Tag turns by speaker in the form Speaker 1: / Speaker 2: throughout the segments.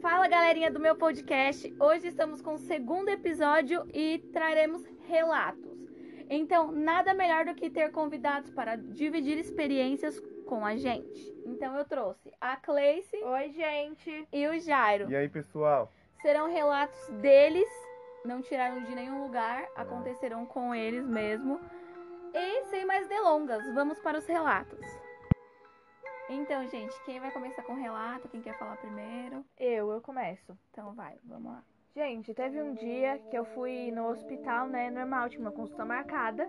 Speaker 1: Fala galerinha do meu podcast! Hoje estamos com o segundo episódio e traremos relatos. Então, nada melhor do que ter convidados para dividir experiências com a gente. Então, eu trouxe a Cleice
Speaker 2: Oi, gente.
Speaker 1: e o Jairo.
Speaker 3: E aí, pessoal?
Speaker 1: Serão relatos deles, não tiraram de nenhum lugar, acontecerão com eles mesmo. E sem mais delongas, vamos para os relatos. Então, gente, quem vai começar com o relato? Quem quer falar primeiro?
Speaker 2: Eu, eu começo.
Speaker 1: Então, vai, vamos lá.
Speaker 2: Gente, teve um dia que eu fui no hospital, né? Normal, tinha uma consulta marcada.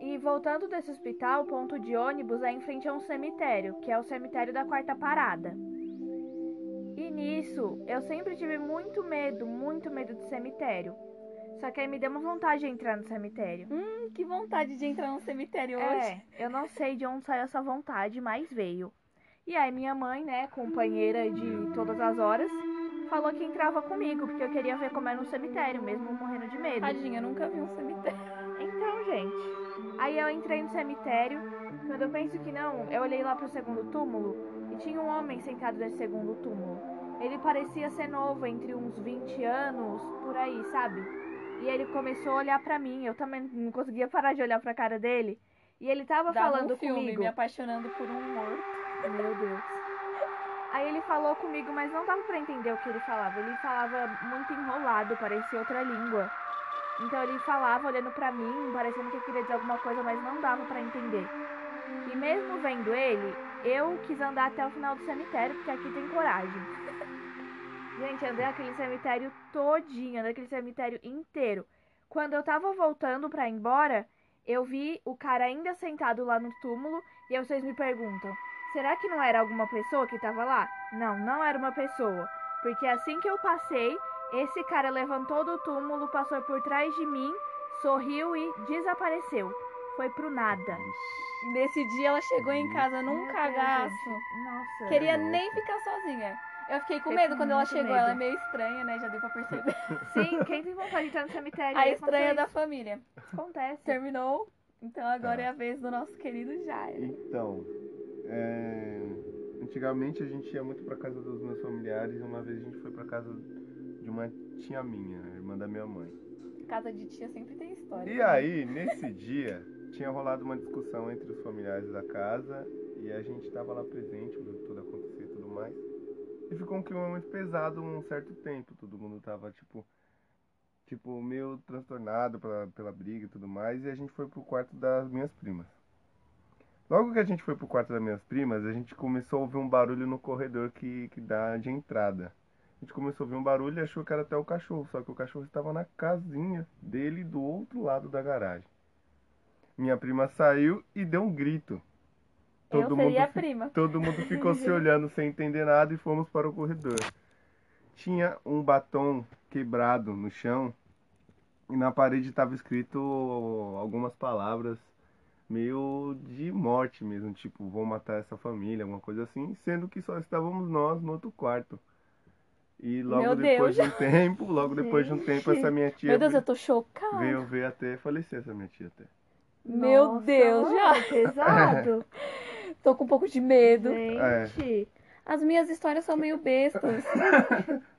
Speaker 2: E voltando desse hospital, o ponto de ônibus é em frente a um cemitério, que é o cemitério da quarta parada. E nisso, eu sempre tive muito medo, muito medo de cemitério. Só que aí me deu uma vontade de entrar no cemitério.
Speaker 1: Hum, que vontade de entrar no cemitério hoje.
Speaker 2: É, eu não sei de onde saiu essa vontade, mas veio. E aí minha mãe, né, companheira de todas as horas, falou que entrava comigo, porque eu queria ver como era um cemitério, mesmo morrendo de medo.
Speaker 1: Tadinha, eu nunca vi um cemitério.
Speaker 2: Então, gente, aí eu entrei no cemitério, quando eu penso que não, eu olhei lá pro segundo túmulo e tinha um homem sentado nesse segundo túmulo. Ele parecia ser novo, entre uns 20 anos, por aí, sabe? E ele começou a olhar pra mim, eu também não conseguia parar de olhar pra cara dele. E ele tava
Speaker 1: Dava
Speaker 2: falando
Speaker 1: um filme,
Speaker 2: comigo.
Speaker 1: me apaixonando por um morto.
Speaker 2: Meu Deus. Aí ele falou comigo, mas não dava pra entender o que ele falava. Ele falava muito enrolado, parecia outra língua. Então ele falava olhando pra mim, parecendo que queria dizer alguma coisa, mas não dava pra entender. E mesmo vendo ele, eu quis andar até o final do cemitério, porque aqui tem coragem. Gente, andei aquele cemitério todinho, andei aquele cemitério inteiro. Quando eu tava voltando pra ir embora, eu vi o cara ainda sentado lá no túmulo, e aí vocês me perguntam. Será que não era alguma pessoa que tava lá? Não, não era uma pessoa. Porque assim que eu passei, esse cara levantou do túmulo, passou por trás de mim, sorriu e desapareceu. Foi pro nada.
Speaker 1: Nesse dia ela chegou em casa num
Speaker 2: Meu Deus,
Speaker 1: cagaço.
Speaker 2: gente. Nossa.
Speaker 1: Queria
Speaker 3: Nossa.
Speaker 1: nem ficar sozinha. Eu fiquei com
Speaker 2: Fiquei
Speaker 1: medo
Speaker 2: com
Speaker 1: quando ela
Speaker 2: muito
Speaker 1: chegou.
Speaker 2: medo.
Speaker 1: Ela é meio estranha, né? Já deu pra perceber.
Speaker 2: Sim, quem tem vontade de entrar no cemitério?
Speaker 1: A
Speaker 2: aí
Speaker 1: estranha da
Speaker 2: acontece
Speaker 1: família.
Speaker 2: isso, Acontece.
Speaker 1: Terminou. Então agora
Speaker 3: Tá.
Speaker 1: é a vez do nosso querido Jairo.
Speaker 3: Então, é, antigamente a gente ia muito pra casa dos meus familiares. e Uma vez a gente foi pra casa de uma tia minha, irmã da minha mãe.
Speaker 1: Casa de tia sempre tem história.
Speaker 3: E aí, nesse dia, tinha rolado uma discussão entre os familiares da casa e a gente tava lá presente, viu tudo acontecer e tudo mais. E ficou um clima muito pesado um certo tempo. Todo mundo tava, tipo, tipo meio transtornado pela, pela briga e tudo mais. E a gente foi pro quarto das minhas primas. Logo que a gente foi pro quarto das minhas primas, a gente começou a ouvir um barulho no corredor que, que dá de entrada. A gente começou a ouvir um barulho e achou que era até o cachorro, só que o cachorro estava na casinha dele do outro lado da garagem. Minha prima saiu e deu um grito.
Speaker 1: Eu
Speaker 3: Todo
Speaker 1: seria
Speaker 3: mundo
Speaker 1: a prima.
Speaker 3: Todo mundo ficou se olhando sem entender nada e fomos para o corredor. Tinha um batom quebrado no chão e na parede estava escrito algumas palavras meio de morte mesmo, tipo, vou matar essa família, alguma coisa assim, sendo que só estávamos nós no outro quarto. E logo
Speaker 1: Meu
Speaker 3: depois de um tempo, logo depois de um tempo, essa minha tia
Speaker 1: Meu Deus, eu tô chocada.
Speaker 3: veio ver até falecer essa minha tia até.
Speaker 1: Meu
Speaker 2: Nossa,
Speaker 1: Deus,
Speaker 2: mano,
Speaker 1: já.
Speaker 2: Pesado.
Speaker 1: Tô com um pouco de medo.
Speaker 2: Gente.
Speaker 1: As minhas histórias são meio bestas,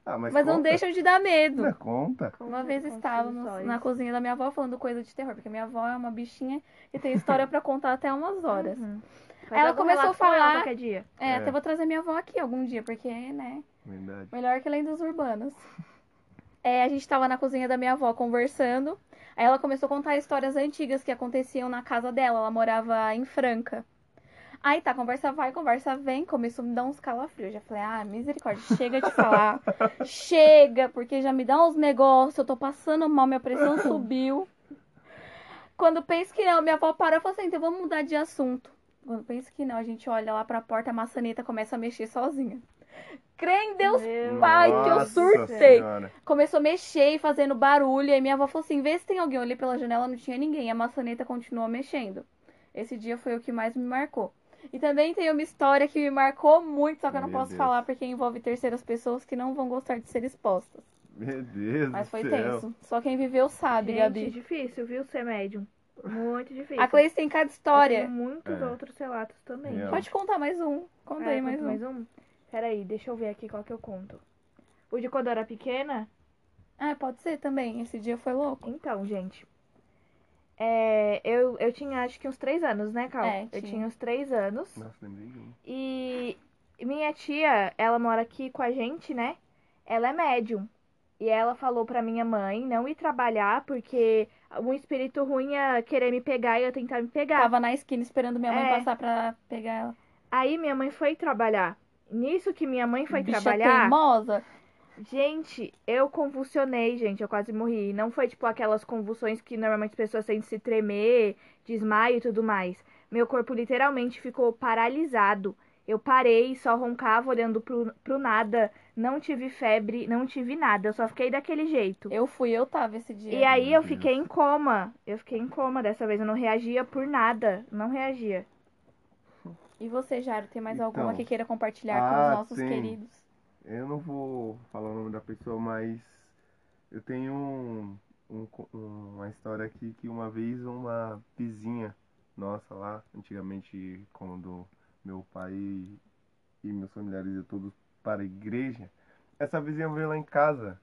Speaker 3: Ah, mas,
Speaker 1: mas não
Speaker 3: conta.
Speaker 1: deixam de dar medo.
Speaker 3: Não, é Conta.
Speaker 1: Uma vez estávamos na cozinha da minha avó falando coisa de terror, porque minha avó é uma bichinha e tem história pra contar até umas horas.
Speaker 3: Uhum.
Speaker 2: Uhum. Faz
Speaker 1: Ela
Speaker 2: algum
Speaker 1: começou a
Speaker 2: relato com ela
Speaker 1: falar-
Speaker 2: qualquer dia.
Speaker 1: É,
Speaker 3: É.
Speaker 1: até vou trazer minha avó aqui algum dia, porque, né,
Speaker 3: Verdade.
Speaker 1: melhor que lendas urbanas. É, a gente tava na cozinha da minha avó conversando, aí ela começou a contar histórias antigas que aconteciam na casa dela, ela morava em Franca. Aí tá, conversa vai, conversa vem, começou a me dar uns calafrios. Eu já falei, ah, misericórdia, chega de falar. chega, porque já me dá uns negócios, eu tô passando mal, minha pressão subiu. Quando penso que não, minha avó parou e falou assim, então vamos mudar de assunto. Quando penso que não, a gente olha lá pra porta, a maçaneta começa a mexer sozinha. Crê em Deus
Speaker 2: Meu
Speaker 1: pai, que eu
Speaker 3: Nossa
Speaker 1: surtei.
Speaker 3: Senhora.
Speaker 1: Começou a mexer e fazendo barulho. E aí minha avó falou assim: vê se tem alguém. Eu olhei pela janela, não tinha ninguém. A maçaneta continuou mexendo. Esse dia foi o que mais me marcou. E também tem uma história que me marcou muito, só que eu não
Speaker 3: Meu
Speaker 1: posso
Speaker 3: Deus.
Speaker 1: falar porque envolve terceiras pessoas que não vão gostar de ser expostas.
Speaker 3: Meu Deus
Speaker 1: Mas
Speaker 3: do
Speaker 1: foi
Speaker 3: céu.
Speaker 1: tenso. Só quem viveu sabe,
Speaker 2: Gente,
Speaker 1: Gabi.
Speaker 2: difícil, viu, ser médium. Muito difícil.
Speaker 1: A Cleice tem cada
Speaker 2: Eu
Speaker 1: história.
Speaker 2: tenho muitos
Speaker 3: É.
Speaker 2: outros relatos também.
Speaker 3: Real.
Speaker 1: Pode contar mais um. Conta
Speaker 2: Ah,
Speaker 1: aí
Speaker 2: eu
Speaker 1: mais
Speaker 2: conto
Speaker 1: um.
Speaker 2: mais um? Peraí, deixa eu ver aqui qual que eu conto. O de quando eu era pequena?
Speaker 1: Ah, pode ser também. Esse dia foi louco.
Speaker 2: Então, gente. é, eu, eu tinha acho que uns três anos, né, Cal?
Speaker 1: É,
Speaker 2: eu
Speaker 1: tinha.
Speaker 2: tinha uns três anos.
Speaker 3: Nossa, lembrei de um.
Speaker 2: E minha tia, ela mora aqui com a gente, né? Ela é médium. E ela falou pra minha mãe não ir trabalhar porque um espírito ruim ia querer me pegar e ia tentar me pegar.
Speaker 1: Tava na esquina esperando minha mãe
Speaker 2: Tá. É.
Speaker 1: passar pra pegar ela.
Speaker 2: Aí minha mãe foi trabalhar. Nisso que minha mãe foi
Speaker 1: Bicha
Speaker 2: trabalhar,
Speaker 1: teimosa.
Speaker 2: gente, eu convulsionei, gente, eu quase morri. Não foi tipo aquelas convulsões que normalmente as pessoas sentem se tremer, desmaio e tudo mais. Meu corpo literalmente ficou paralisado. Eu parei, só roncava olhando pro, pro nada. Não tive febre, não tive nada. Eu só fiquei daquele jeito.
Speaker 1: Eu fui, eu tava esse dia.
Speaker 2: E aí eu
Speaker 3: Meu Deus.
Speaker 2: fiquei em coma. Eu fiquei em coma dessa vez. Eu não reagia por nada. Não reagia.
Speaker 1: E você, Jairo, tem mais alguma
Speaker 3: Então.
Speaker 1: que queira compartilhar com
Speaker 3: Ah,
Speaker 1: os nossos
Speaker 3: tem.
Speaker 1: queridos?
Speaker 3: Eu não vou falar o nome da pessoa, mas eu tenho um- um co- uma história aqui que uma vez uma vizinha nossa lá, antigamente quando meu pai e meus familiares iam todos para a igreja, essa vizinha veio lá em casa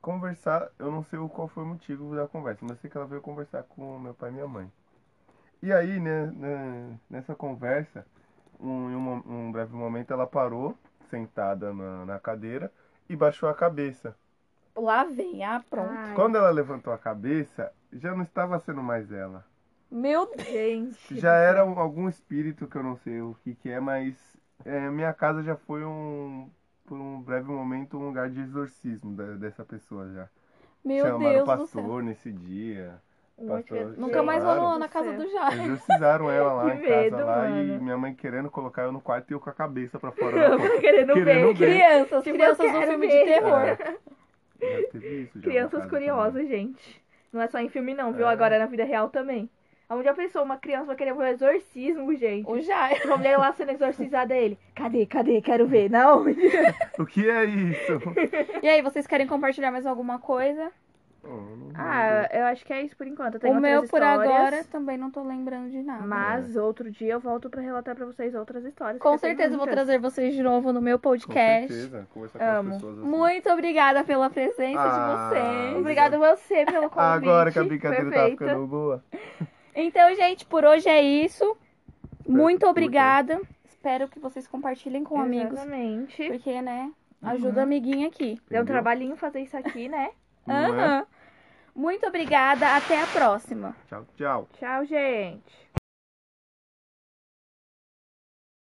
Speaker 3: conversar, eu não sei o qual foi o motivo da conversa, mas sei que ela veio conversar com meu pai e minha mãe. E aí, né, né, nessa conversa, um, em um mo- um breve momento ela parou sentada na, na cadeira e baixou a cabeça.
Speaker 1: Lá vem, ah, pronto.
Speaker 2: Ai,
Speaker 3: Quando ela levantou a cabeça, já não estava sendo mais ela.
Speaker 1: Meu Deus.
Speaker 2: gente.
Speaker 3: Já era um- algum espírito que eu não sei o que, que é, mas é, minha casa já foi um por um breve momento um lugar de exorcismo da- dessa pessoa já.
Speaker 1: Meu
Speaker 3: Chamaram
Speaker 1: Deus
Speaker 3: o
Speaker 1: do céu.
Speaker 3: pastor nesse dia.
Speaker 2: Um Tá monte de-
Speaker 3: Pastor,
Speaker 1: Nunca mais vou no-
Speaker 3: Claro.
Speaker 1: na casa do
Speaker 2: céu.
Speaker 1: Jairo.
Speaker 3: Exorcizaram ela lá
Speaker 2: Que
Speaker 3: em
Speaker 2: medo,
Speaker 3: casa lá e
Speaker 2: mano.
Speaker 3: minha mãe querendo colocar eu no quarto e eu com a cabeça pra fora da porta.
Speaker 2: Querendo
Speaker 3: Querendo
Speaker 2: ver.
Speaker 3: ver.
Speaker 1: Crianças,
Speaker 2: Tipo,
Speaker 1: crianças
Speaker 2: eu
Speaker 1: do
Speaker 2: quero
Speaker 1: filme
Speaker 2: ver.
Speaker 1: de terror.
Speaker 3: É, já teve isso já na
Speaker 2: Crianças
Speaker 3: casa
Speaker 2: curiosas, gente. Não é só em filme, não, viu?
Speaker 3: É.
Speaker 2: Agora é na vida real também. Onde a pessoa, uma criança, vai querer ver um exorcismo, gente.
Speaker 1: O Jairo.
Speaker 2: Uma mulher lá sendo exorcizada, ele. Cadê, cadê? Quero ver. Não.
Speaker 3: também. O que é isso?
Speaker 1: E aí, vocês querem compartilhar mais alguma coisa?
Speaker 3: Hum, não
Speaker 2: Ah, eu acho que é isso por enquanto. Eu tenho
Speaker 1: o meu,
Speaker 2: outras
Speaker 1: por
Speaker 2: histórias,
Speaker 1: agora, também não tô lembrando de nada.
Speaker 2: Mas outro dia eu volto pra relatar pra vocês outras histórias.
Speaker 1: Com
Speaker 2: porque tem
Speaker 1: certeza eu vou
Speaker 2: muitas.
Speaker 1: trazer vocês de novo no meu
Speaker 3: Com
Speaker 1: podcast.
Speaker 3: certeza, conversar
Speaker 2: Amo.
Speaker 3: com as pessoas assim.
Speaker 1: Muito obrigada pela presença
Speaker 3: Ah.
Speaker 1: de vocês.
Speaker 2: Obrigado você pelo convite.
Speaker 3: Agora que a brincadeira
Speaker 2: Perfeito.
Speaker 3: tá ficando boa.
Speaker 1: Então, gente, por hoje é isso. Muito
Speaker 3: muito.
Speaker 1: obrigada. Espero que vocês compartilhem com amigos.
Speaker 2: Exatamente.
Speaker 1: Porque, né? Ajuda a amiguinha aqui.
Speaker 2: Deu
Speaker 3: entendeu?
Speaker 2: um trabalhinho fazer isso aqui, né?
Speaker 3: Uhum. Não é?
Speaker 1: Aham. Muito obrigada. Até a próxima.
Speaker 3: Tchau, tchau.
Speaker 2: Tchau, gente.